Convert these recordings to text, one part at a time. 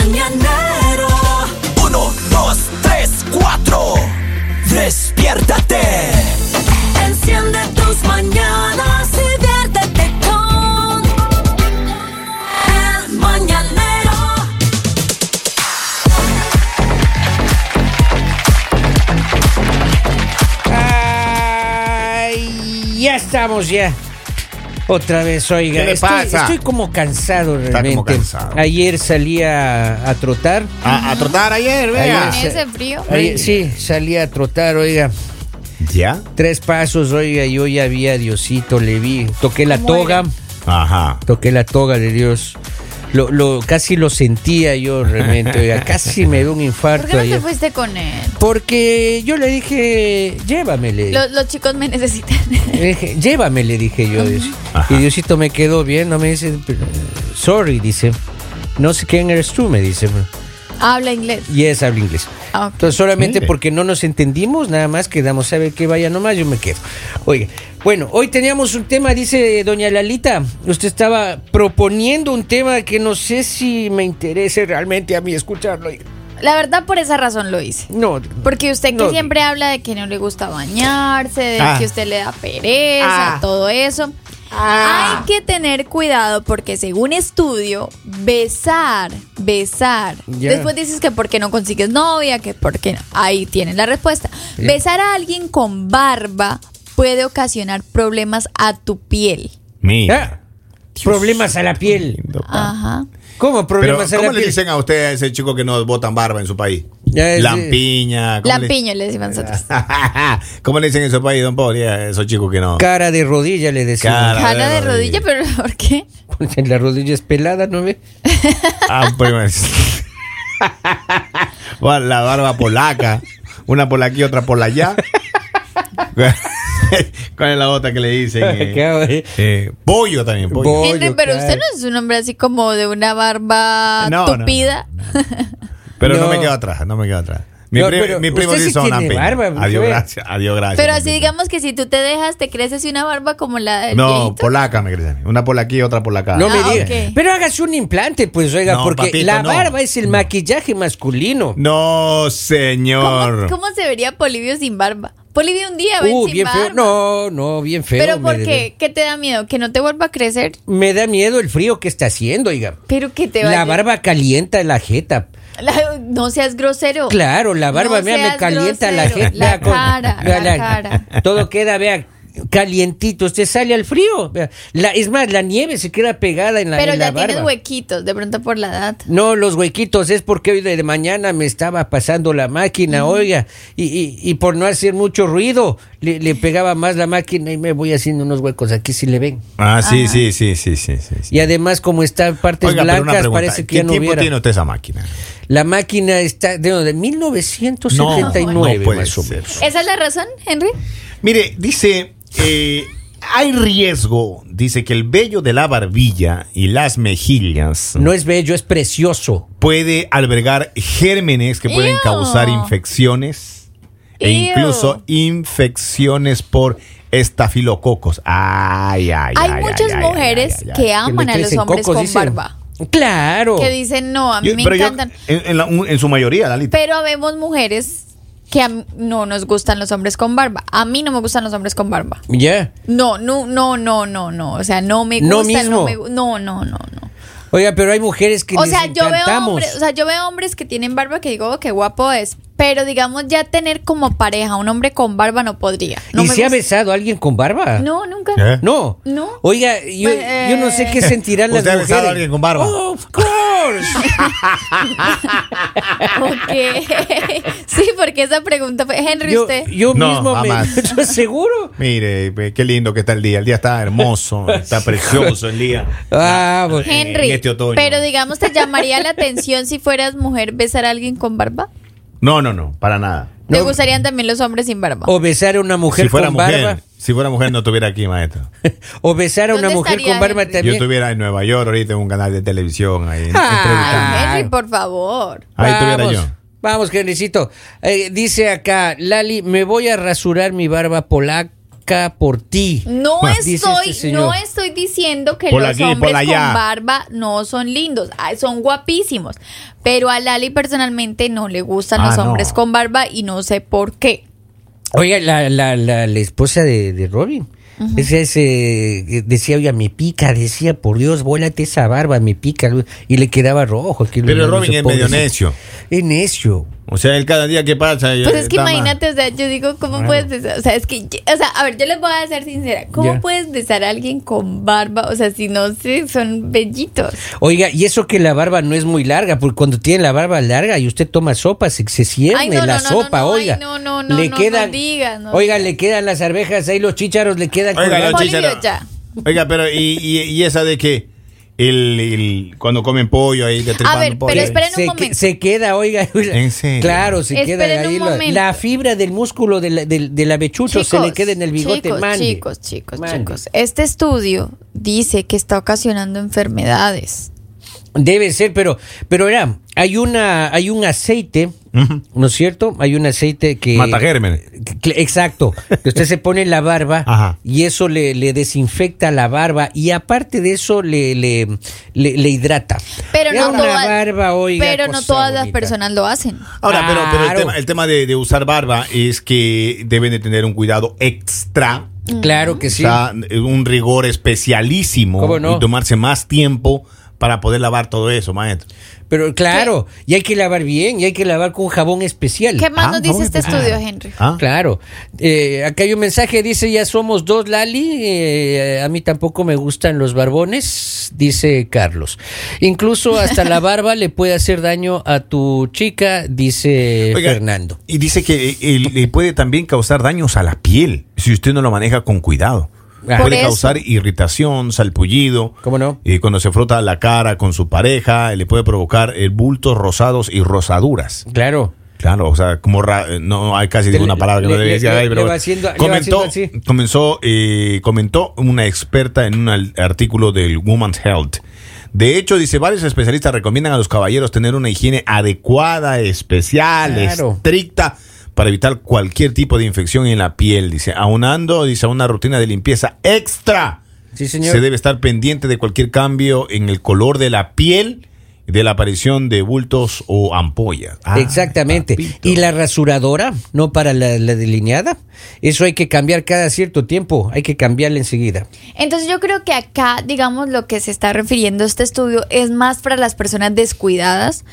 mañanero. Uno, dos, tres, cuatro. Despiértate. Enciende tus mañanas y viértete con el mañanero. Ay, ya estamos ya. Otra vez, oiga. ¿Qué le estoy, pasa? estoy como cansado Está como realmente. cansado. Ayer salí a, a trotar. A, a trotar ayer, vea. Ayer ese frío? Ayer- sí, salí a trotar, oiga. ¿Ya? Tres pasos, oiga, yo ya vi a Diosito, le vi. Toqué la ¿Cómo toga, era? Ajá. toqué la toga de Dios. Lo, lo, casi lo sentía yo realmente, oiga. Casi me dio un ¿Por infarto qué no te ayer. fuiste con él? Porque yo le dije, llévame, le dije. Los, los chicos me necesitan. Le dije, llévame, le dije yo. Dios. Ajá. Y Diosito me quedó bien, no me dice, pero, sorry, dice. No sé quién eres tú, me dice. Habla inglés. Y es habla inglés. Ah, ok. Entonces, solamente Mire. porque no nos entendimos, nada más quedamos a ver que vaya nomás, yo me quedo. Oiga, bueno, hoy teníamos un tema, dice doña Lalita. Usted estaba proponiendo un tema que no sé si me interese realmente a mí escucharlo. oiga. La verdad, por esa razón lo hice. No, Porque usted que No. siempre habla de que no le gusta bañarse, de Ah. que usted le da pereza, Ah. todo eso. Hay que tener cuidado porque según estudio, besar, besar. Ya. Después dices que porque no consigues novia, que porque no. Ahí tienen la respuesta. Ya. Besar a alguien con barba puede ocasionar problemas a tu piel. Ah, Mira. problemas a la piel. Lindo, pa. Ajá. ¿Cómo Pero, problemas a ¿cómo la le piel? dicen a usted a ese chico que no botan barba en su país? Ya es- Lampiña. ¿cómo le- Ah, Lampiño le decimos nosotros. ¿Cómo le dicen en su país, don Paul? a esos chicos que no. Cara de rodilla le decía. Cara. Jala de rodilla, pero ¿por qué? Porque la rodilla es pelada, ¿no ve? Ah, pues, pues. Bueno, La barba polaca. Una por aquí, otra por allá. ¿Cuál es la otra que le dicen? Eh, Acá, eh. eh, pollo también, pollo. Pollo, Henry, pero claro. usted no es un hombre así como de una barba No, no, tupida. no, no, no. Pero no. No. me quedo atrás, no me quedo atrás. Mi, No, pri- pero mi primo usted sí sí son tiene lampiños. barba, pues. Adiós, gracias. Adiós, gracias. Pero así papito. digamos que si tú te dejas, te creces una barba como la del No, viejito. polaca me crece a mí. Una por aquí, otra por acá. No Ah, me diga. ok. Pero hágase un implante, pues, oiga, No, porque papito, la no. barba es el maquillaje masculino. No, señor. ¿Cómo, cómo se vería Polivio sin barba? Polivio un día ven Uh, sin bien barba. feo. No, no, bien feo. pero me ¿por da- qué? ¿Qué te da miedo? ¿Que no te vuelva a crecer? Me da miedo el frío que está haciendo, oiga. Pero que te vaya- La barba calienta la jeta. La- no seas grosero. Claro, la barba No mira, me seas calienta la grosero. jeta. La con- cara, la cara. Todo queda, vea, calientito. Usted sale al frío. vea. La, es más, la nieve se queda pegada en la, Pero en la ya tienes barba. huequitos, de pronto por la edad. No, los huequitos es porque hoy de mañana me estaba pasando la máquina, oiga, y, y- y por no hacer mucho ruido, le, le pegaba más la máquina y me voy haciendo unos huecos aquí si le ven. Ah, sí, sí, sí, sí, sí, sí, sí. Y además, como está en partes Oiga, pero una blancas, pregunta, parece que ¿Qué ya no tiempo hubiera. tiene usted esa máquina? La máquina está de, de 1979, No, no puede más o ser. menos. ¿Esa es la razón, Henry? Mire, dice, eh, hay riesgo, dice que el vello de la barbilla y las mejillas No es bello, es precioso. puede albergar gérmenes que pueden Ew. causar infecciones e Ew. incluso infecciones por estafilococos. Ay, ay, Hay ay, muchas ay, ay, mujeres ay, ay, ay. que Que le aman a los crecen hombres cocos, con dicen. "Oh". barba. Claro. Que dicen, no, a mí Yo- me pero yo- encantan. en, en la- un- en su mayoría, Lalita. Pero vemos mujeres que a m- no nos gustan los hombres con barba. A mí no me gustan los hombres con barba. Ya. No, no, no, no, no, no. O sea, no me No gusta. mismo. No, me gu- no, no, no, no. Oiga, pero hay mujeres que O les sea, yo veo encantamos. hombres, o sea, yo veo hombres que tienen barba que digo, oh, qué guapo es. Pero digamos, ya tener como pareja un hombre con barba no podría. No ¿Y me se ha gusta. besado a alguien con barba? No, nunca. ¿Eh? No. No. Oiga, yo, Pues, yo no sé qué sentirán las ¿Usted ha mujeres. Oh, besado a alguien con barba? of course. Ok. sí, porque esa pregunta fue, Henry, yo, usted. yo No, mismo me jamás. yo seguro. Mire, ve, qué lindo que está el día. El día está hermoso, está precioso el día. Ah, bueno. Henry, en este otoño. pero digamos, ¿te llamaría la atención si fueras mujer besar a alguien con barba? No, no, no, Oh. para nada. ¿Te No. gustarían también los hombres sin barba? O besar a una mujer si fuera con mujer, barba. si fuera mujer no estuviera aquí, maestro. O besar a una ¿Dónde mujer estaría con barba Henry? Yo también. estuviera en Nueva York ahorita en un canal de televisión ahí en- Ah. entrevistando. Ay, Henry, por favor. Ahí estuviera yo. Vamos, Henrycito. Eh, dice acá, Lali, me voy a rasurar mi barba polaca. loca por ti. No dice estoy, este señor. no estoy diciendo que Por los aquí, por hombres con allá. barba no son lindos, ah, son guapísimos. Pero a Lali personalmente no le gustan Ah, los no. hombres con barba y no sé por qué. Oiga, la, la, la, la esposa de, de Robin. Ese, ese, eh, decía, oiga, me pica, decía, por Dios, vuélate esa barba, me pica. Y le quedaba rojo. aquí lo- Pero lo- Robin lo- es pobrecito. medio necio. Es necio. O sea, él cada día que pasa. eh, Pues es que está más- imagínate, o sea, yo digo, ¿cómo puedes besar? O sea, es que, o sea, a ver, yo les voy a ser sincera. ¿Cómo Ya. puedes besar a alguien con barba? O sea, si no sé, son bellitos. Oiga, y eso que la barba no es muy larga, porque cuando tiene la barba larga y usted toma sopa, se, se cierne Ay, no, no, la no, no, sopa, no, ay, oiga. no, no, no, le no, no quedan, digas, no oiga, digas. le quedan las arvejas ahí, los chícharos le quedan Oiga, colgando. los Polivio chícharos. ya. Oiga, pero y, y- y esa de que el, el- cuando comen pollo ahí de ver, pero pollo. espera- esperen un se, que- momento. se queda, oiga. ¿En serio? Claro, se Esperen queda ahí. un la- momento. la fibra del músculo de la, del- del abechucho se le queda en el bigote. Chicos, mande. chicos, chicos, Mande. chicos. Este estudio dice que está ocasionando enfermedades. Debe ser, pero, pero verá, hay una, hay un aceite, ¿no es cierto? Hay un aceite que Mata gérmenes. Cl- Exacto, que usted se pone en la barba Ajá. y eso le, le desinfecta la barba y aparte de eso le, le, le- le hidrata. Pero Era no una todas, barba, oiga, pero no cosa todas las bonita. personas lo hacen. Ahora, pero, pero el Claro. tema, el tema de, de usar barba es que deben de tener un cuidado extra. Claro que O sí. sea, un rigor especialísimo ¿Cómo no? y tomarse más tiempo para poder lavar todo eso, maestro. Pero claro, y hay que lavar bien, y hay que lavar con jabón especial. ¿Qué más Ah, nos dice no, este pues, estudio, ah. Henry? ¿Ah? Claro. Eh, acá hay un mensaje, dice, ya somos dos, Lali. eh, a mí tampoco me gustan los barbones, dice Carlos. Incluso hasta la barba le puede hacer daño a tu chica, dice Oiga, Fernando. Y dice que eh, el- le puede también causar daños a la piel si usted no lo maneja con cuidado. Ah. Por puede eso. causar irritación, salpullido. ¿Cómo no? Y cuando se frota la cara con su pareja, le puede provocar eh, bultos rosados y rosaduras. Claro. Claro, o sea, como ra- eh, no hay casi Te- ninguna palabra que le- no debería le- decir le- ahí, le pero va bueno. haciendo- le va comentó, haciendo comenzó, eh, comentó una experta en un al- artículo del Woman's Health. De hecho, dice, varios especialistas recomiendan a los caballeros tener una higiene adecuada, especial, Claro. estricta, para evitar cualquier tipo de infección en la piel. Dice, aunando, dice, a una rutina de limpieza extra. Sí, señor. Se debe estar pendiente de cualquier cambio en el color de la piel y de la aparición de bultos o ampollas. Ay, Exactamente. Ah, papito. Y la rasuradora, no para la, la delineada. Eso hay que cambiar cada cierto tiempo. Hay que cambiarla enseguida. Entonces yo creo que acá, digamos, lo que se está refiriendo este estudio es más para las personas descuidadas,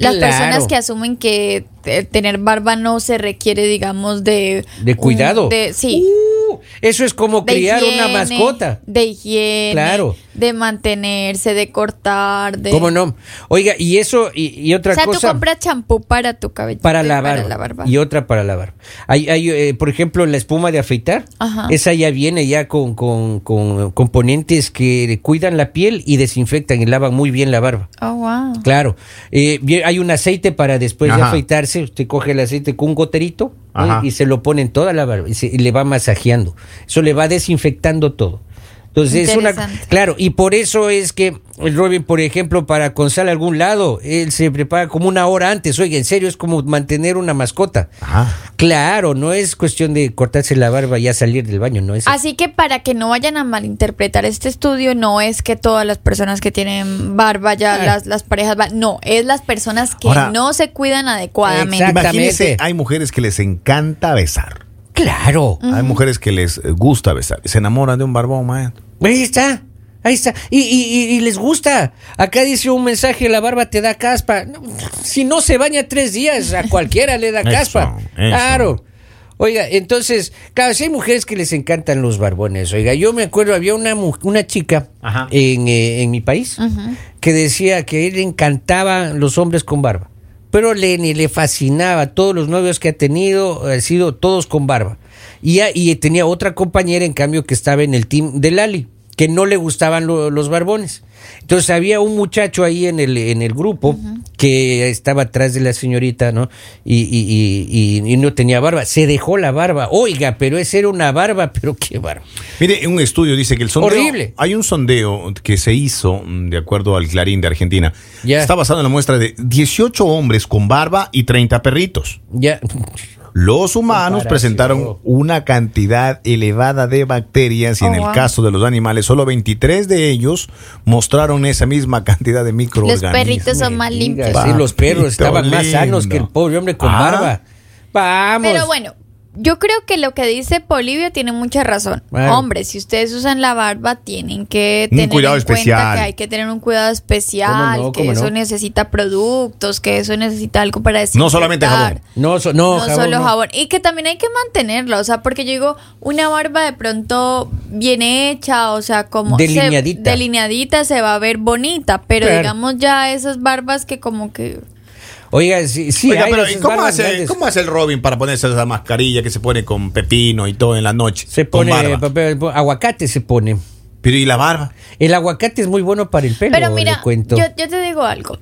las Claro. personas que asumen que eh, tener barba no se requiere, digamos, de... De cuidado. un- Mm, de- sí. Uh, eso es como de criar una higiene, mascota. De higiene. Claro. De mantenerse, de cortar, de... ¿Cómo no? Oiga, y eso, y, y otra o sea, cosa. tú compras champú para tu cabello. eh, para lavar Para lavar. y otra para lavar. Hay, hay eh, por ejemplo, la espuma de afeitar. Ajá. Esa ya viene ya con, con- con componentes que cuidan la piel y desinfectan y lavan muy bien la barba. Oh, wow. Claro. Eh, bien, hay un aceite para después de Ajá. afeitarse. Usted coge el aceite con un goterito ¿no? Ajá. y se lo pone en toda la barba y, se- y le va masajeando. Eso le va desinfectando todo. Entonces es una Interesante. claro y por eso es que el Robin, por ejemplo, para consal a algún lado, él se prepara como una hora antes. Oiga, en serio es como mantener una mascota. Ah. Claro, no es cuestión de cortarse la barba y ya salir del baño, no es. así. Así que para que no vayan a malinterpretar este estudio, no es que todas las personas que tienen barba ya, Claro. las, las parejas, ba- no, es las personas que Ahora- no se cuidan adecuadamente. Exacto. Imagínense, Exactamente. hay mujeres que les encanta besar. Claro. Hay mujeres que les eh, gusta besar. Se enamoran de un barbón, maestro. Ahí está. Ahí está. Y, y- y- y les gusta. Acá dice un mensaje, la barba te da caspa. No, si no se baña tres días, a cualquiera le da Eso, caspa. eso. Claro. Oiga, entonces, claro, si hay mujeres que les encantan los barbones. Oiga, yo me acuerdo, había una, mu- una chica Ajá. en, eh, en mi país que decía que a él le encantaban los hombres con barba. Pero le, ni le fascinaba. Todos los novios que ha tenido han sido todos con barba. Y, a- y tenía otra compañera, en cambio, que estaba en el team de Lali, que no le gustaban lo- los barbones. Entonces había un muchacho ahí en el, en el grupo que estaba atrás de la señorita, ¿no? Y, y- y- y- y no tenía barba. Se dejó la barba. Oiga, pero esa era una barba, pero qué barba. Mire, un estudio dice que el sondeo. Horrible. Hay un sondeo que se hizo, mm, de acuerdo al Clarín de Argentina. Ya. Está basado en la muestra de 18 hombres con barba y 30 perritos. Ya. los humanos Comparación. presentaron una cantidad elevada de bacterias y Oh, en el wow. caso de los animales, solo 23 de ellos mostraron esa misma cantidad de Los microorganismos. perritos son más limpios. Sí, los perros Papito estaban más lindo. sanos que el pobre hombre con Ah. barba. Vamos. Pero bueno, yo creo que lo que dice Polivio tiene mucha razón. Bueno. Hombre, si ustedes usan la barba, tienen que Un tener cuidado en cuenta especial. que hay que tener un cuidado especial, ¿Cómo no? que ¿Cómo no? eso necesita productos, que eso necesita algo para desinfectar. No solamente jabón. No, so- no, No jabón, solo no. jabón. Y que también hay que mantenerla, o sea, porque yo digo, una barba de pronto bien hecha, o sea, como... se- Delineadita. delineadita se va a ver bonita, pero Claro. digamos ya esas barbas que como que... Oiga, sí, sí Oiga, hay pero las ¿y ¿cómo, barbas hace, grandes. cómo hace el Robin para ponerse esa mascarilla que se pone con pepino y todo en la noche? Se Con pone barba. papel- aguacate se pone. Pero ¿y la barba? El aguacate es muy bueno para el pelo, Pero mira, le cuento. Yo, yo te digo algo.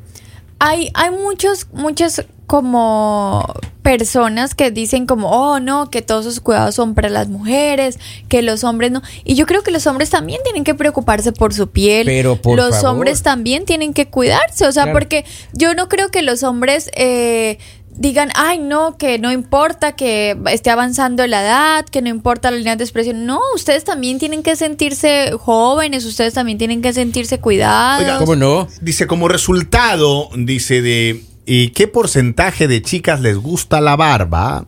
Hay, hay muchos, muchas como personas que dicen como, oh no, que todos esos cuidados son para las mujeres, que los hombres no. Y yo creo que los hombres también tienen que preocuparse por su piel. Pero, por los favor. hombres también tienen que cuidarse. O sea, Claro. porque yo no creo que los hombres eh, digan, ay no, que no importa que esté avanzando la edad, que no importa la línea de expresión. No, ustedes también tienen que sentirse jóvenes, ustedes también tienen que sentirse cuidados. Oiga, ¿Cómo no? Dice, como resultado, dice de ¿y qué porcentaje de chicas les gusta la barba.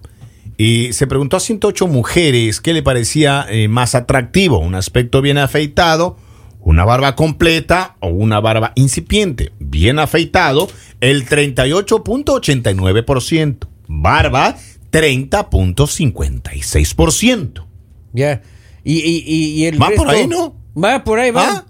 Y se preguntó a 108 mujeres qué le parecía eh, más atractivo, un aspecto bien afeitado, una barba completa o una barba incipiente. Bien afeitado, el 38.89%. Barba, 30.56%. Ya. Y, y, y, y el Va por resto- ahí, ¿no? Va por ahí, va. ¿Ah?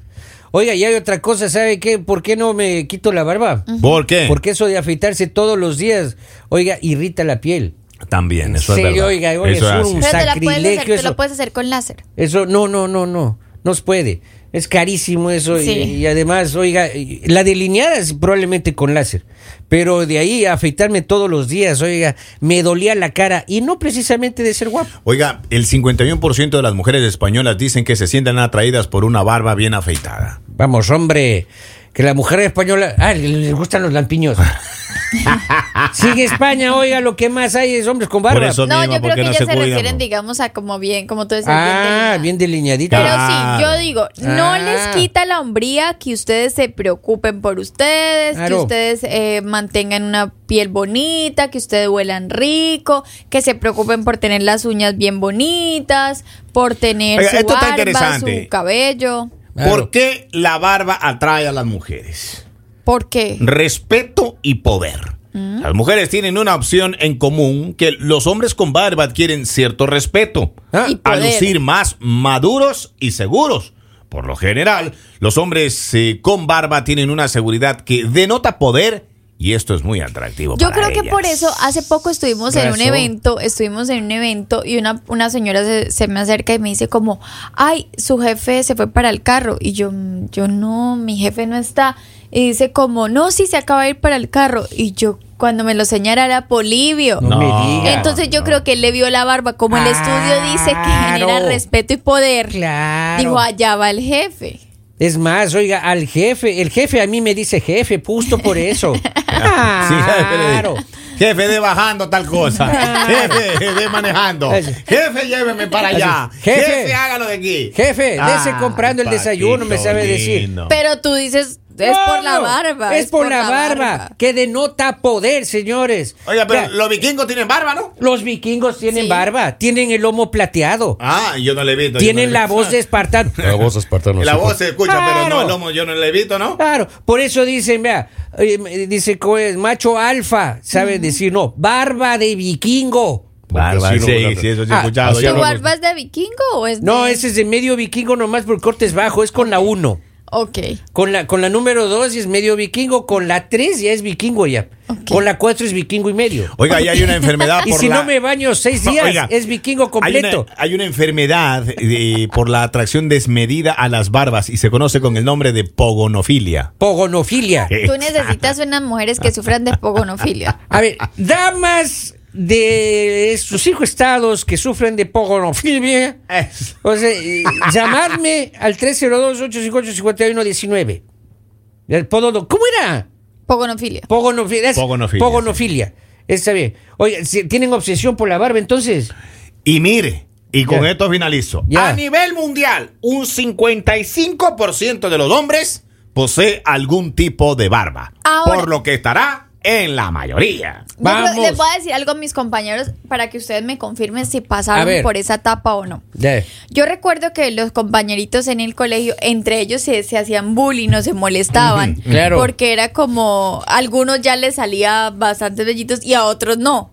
Oiga, y hay otra cosa, ¿sabe qué? ¿Por qué no me quito la barba? ¿Por qué? Porque eso de afeitarse todos los días, oiga, irrita la piel. También, eso serio, es verdad. oiga, oiga, Eso es así. un- Pero te la puedes sacrilegio hacer, te eso. lo puedes hacer con láser. Eso, no, no, no, no. No se puede. Es carísimo eso. y- Sí. Y, además, oiga, y- la delineada es probablemente con láser. Pero de ahí a afeitarme todos los días, oiga, me dolía la cara. Y no precisamente de ser guapo. Oiga, el 51% de las mujeres españolas dicen que se sienten atraídas por una barba bien afeitada. Vamos, hombre. Que la mujer española. Ah, le- les gustan los lampiños. Sigue España, oiga, lo que más hay es hombres con barba. Por eso No, mismo, yo creo porque que no ya se se, cuidan, refieren, ¿no? digamos, a como bien, como tú decías. ah, delineada. bien Pues, Pero delineadita. sí, yo Claro. digo, Ah. no les quita la hombría que ustedes se preocupen por ustedes, Claro. que ustedes eh, mantengan una piel bonita, que ustedes huelan rico, que se preocupen por tener las uñas bien bonitas, por tener Oiga, su esto está barba, interesante. su cabello. Claro. ¿Por qué la barba atrae a las mujeres? ¿Por qué? Respeto y poder. Mm. Las mujeres tienen una opción en común que los hombres con barba adquieren cierto respeto. Ah. Y a poder. lucir más maduros y seguros. Por lo general, los hombres eh, con barba tienen una seguridad que denota poder y esto es muy atractivo. Yo para creo que ellas. por eso hace poco estuvimos en un Razón. evento, estuvimos en un evento y una, una señora se, se me acerca y me dice como, ay, su jefe se fue para el carro y yo, "Mm, yo no, mi jefe no está. Y dice como, no, sí, se acaba de ir para el carro y yo cuando me lo señala era Polivio. No, me diga. Entonces yo creo que él le vio la barba, como el estudio dice que genera Claro. respeto y poder. Claro. Dijo, allá va el jefe. Es más, oiga, al jefe, el jefe a mí me dice jefe, justo por eso. Sí, Ah, claro. jefe, de- jefe de bajando tal cosa. Jefe de manejando. Jefe, lléveme para allá. Jefe. Jefe, hágalo de aquí. Jefe, dese comprando el desayuno, me sabe papito decir. lindo. Pero tú dices, es por la Claro, barba. Es, por, la, barba, que denota poder, señores. Oiga, pero Ya, los vikingos tienen barba, ¿no? los vikingos tienen Sí. barba, tienen el lomo plateado, Ah, yo no le evito. yo tienen no le la evito. voz de espartano. La voz espartana. La sí, voz se escucha, pero Claro. no el lomo, yo no le evito, ¿no? Claro, por eso dicen, vea, eh, dice co- es macho alfa, saben decir, no, barba de vikingo. porque sí, no, eso Ah, ¿Tu ya no- barba es de vikingo o es No, de- ese es de medio vikingo nomás por cortes bajo, es con la 1. Ok. Con la, con la número 2 es medio vikingo, con la 3 ya es vikingo ya. Con la 4 es vikingo y medio. Oiga, y hay una enfermedad Y por si la- no me baño 6 días, Oiga, es vikingo Hay una- completo. Hay una, enfermedad eh, por la atracción desmedida a las barbas y se conoce con el nombre de pogonofilia. Pogonofilia. Tú necesitas unas mujeres que sufran de pogonofilia. A ver, damas de sus cinco estados que sufren de pogonofilia, Eso. o sea, eh, llamarme al 302-858-5119. El podo- ¿Cómo era? Pogonofilia. Pogonofilia. es- Pogonofilia, pogonofilia. Está bien. Oye, si ¿tienen obsesión por la barba entonces? Y mire, y con Ya. esto finalizo. Ya. A nivel mundial, un 55% de los hombres posee algún tipo de barba. Ahora- por lo que estará en la mayoría. Yo creo- Vamos. les voy a decir algo a mis compañeros para que ustedes me confirmen si A ver. pasaron por esa etapa o no. Ya. Yo recuerdo que los compañeritos en el colegio, entre ellos se, se hacían bullying o se molestaban. Ujú, claro. Porque era como, a algunos ya les salía bastantes bellitos y a otros no.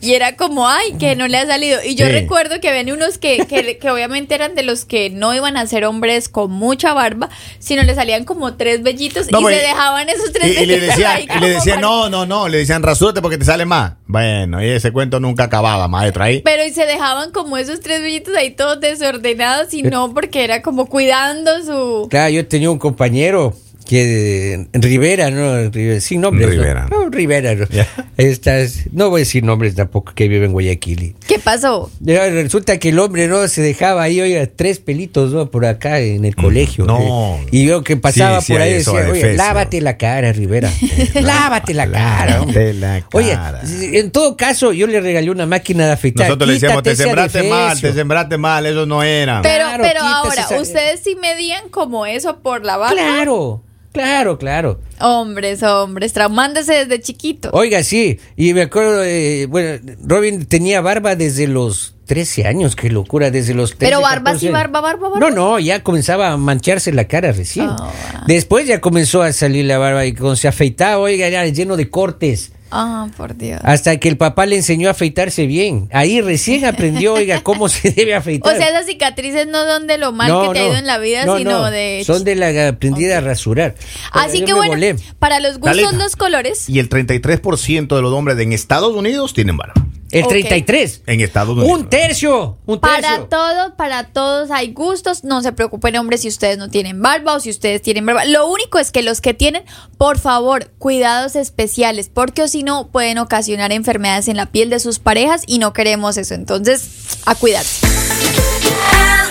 Y era como, ay, que no le ha salido. Y yo Sí. recuerdo que habían unos que, que, que obviamente eran de los que no iban a ser hombres con mucha barba, sino le salían como tres vellitos No, y pues, se dejaban esos Y, tres y le vellitos decían, ahí y le como decían, para- no, no, no, le decían, rasúrate porque te sale más. Bueno, y ese cuento nunca acababa, maestro, ahí. Pero y se dejaban como esos tres vellitos ahí todos desordenados y no porque era como cuidando su... Claro, yo tenía un compañero que eh, Rivera, no, Rivera, sin nombres. ¿no? Rivera. No, Rivera. no. Ya. Estas, no voy a decir nombres tampoco que vive en Guayaquil. y- ¿Qué pasó? Ya, Resulta que el hombre no se dejaba ahí, oiga, tres pelitos, ¿no? Por acá en el colegio. Mm, no. eh. Y yo que pasaba Sí, sí por ahí hay decía, eso, oye, adefesio. lávate la cara, Rivera. lávate la cara. hombre". Lávate la Oye, cara. en todo caso, yo le regalé una máquina de afeitar. Nosotros le decíamos, Quítate te ese sembraste mal, adefesio". te sembraste mal, eso no era. Pero, Claro, pero quítese ahora, esa- ¿ustedes sí medían como eso por la barba? Claro, claro, claro. Hombres, hombres, traumándose desde chiquito. Oiga, sí, y me acuerdo, eh, bueno, Robin tenía barba desde los 13 años, qué locura, desde los 13 Pero barba, 14 sí, años. barba, barba, barba. No, no, ya comenzaba a mancharse la cara recién. Ah. Después ya comenzó a salir la barba y cuando se afeitaba, oiga, era lleno de cortes. Ah, por Dios. Hasta que el papá le enseñó a afeitarse bien. Ahí recién aprendió, oiga, cómo se debe O afeitar. sea, esas cicatrices no son de lo mal No, que te ha no, ido en la vida, no, sino no, de... Son de la aprendida a rasurar. Así Yo que me bueno, volé. para los gustos, Dalila. los colores. Y el 33% de los hombres en Estados Unidos tienen barba. El Ok. 33. En Estados Unidos. Un tercio. Un tercio. Para todos, para todos hay gustos. No se preocupen, hombres, si ustedes no tienen barba o si ustedes tienen barba. Lo único es que los que tienen, por favor, cuidados especiales, porque o si no pueden ocasionar enfermedades en la piel de sus parejas y no queremos eso. Entonces, a cuidarse. El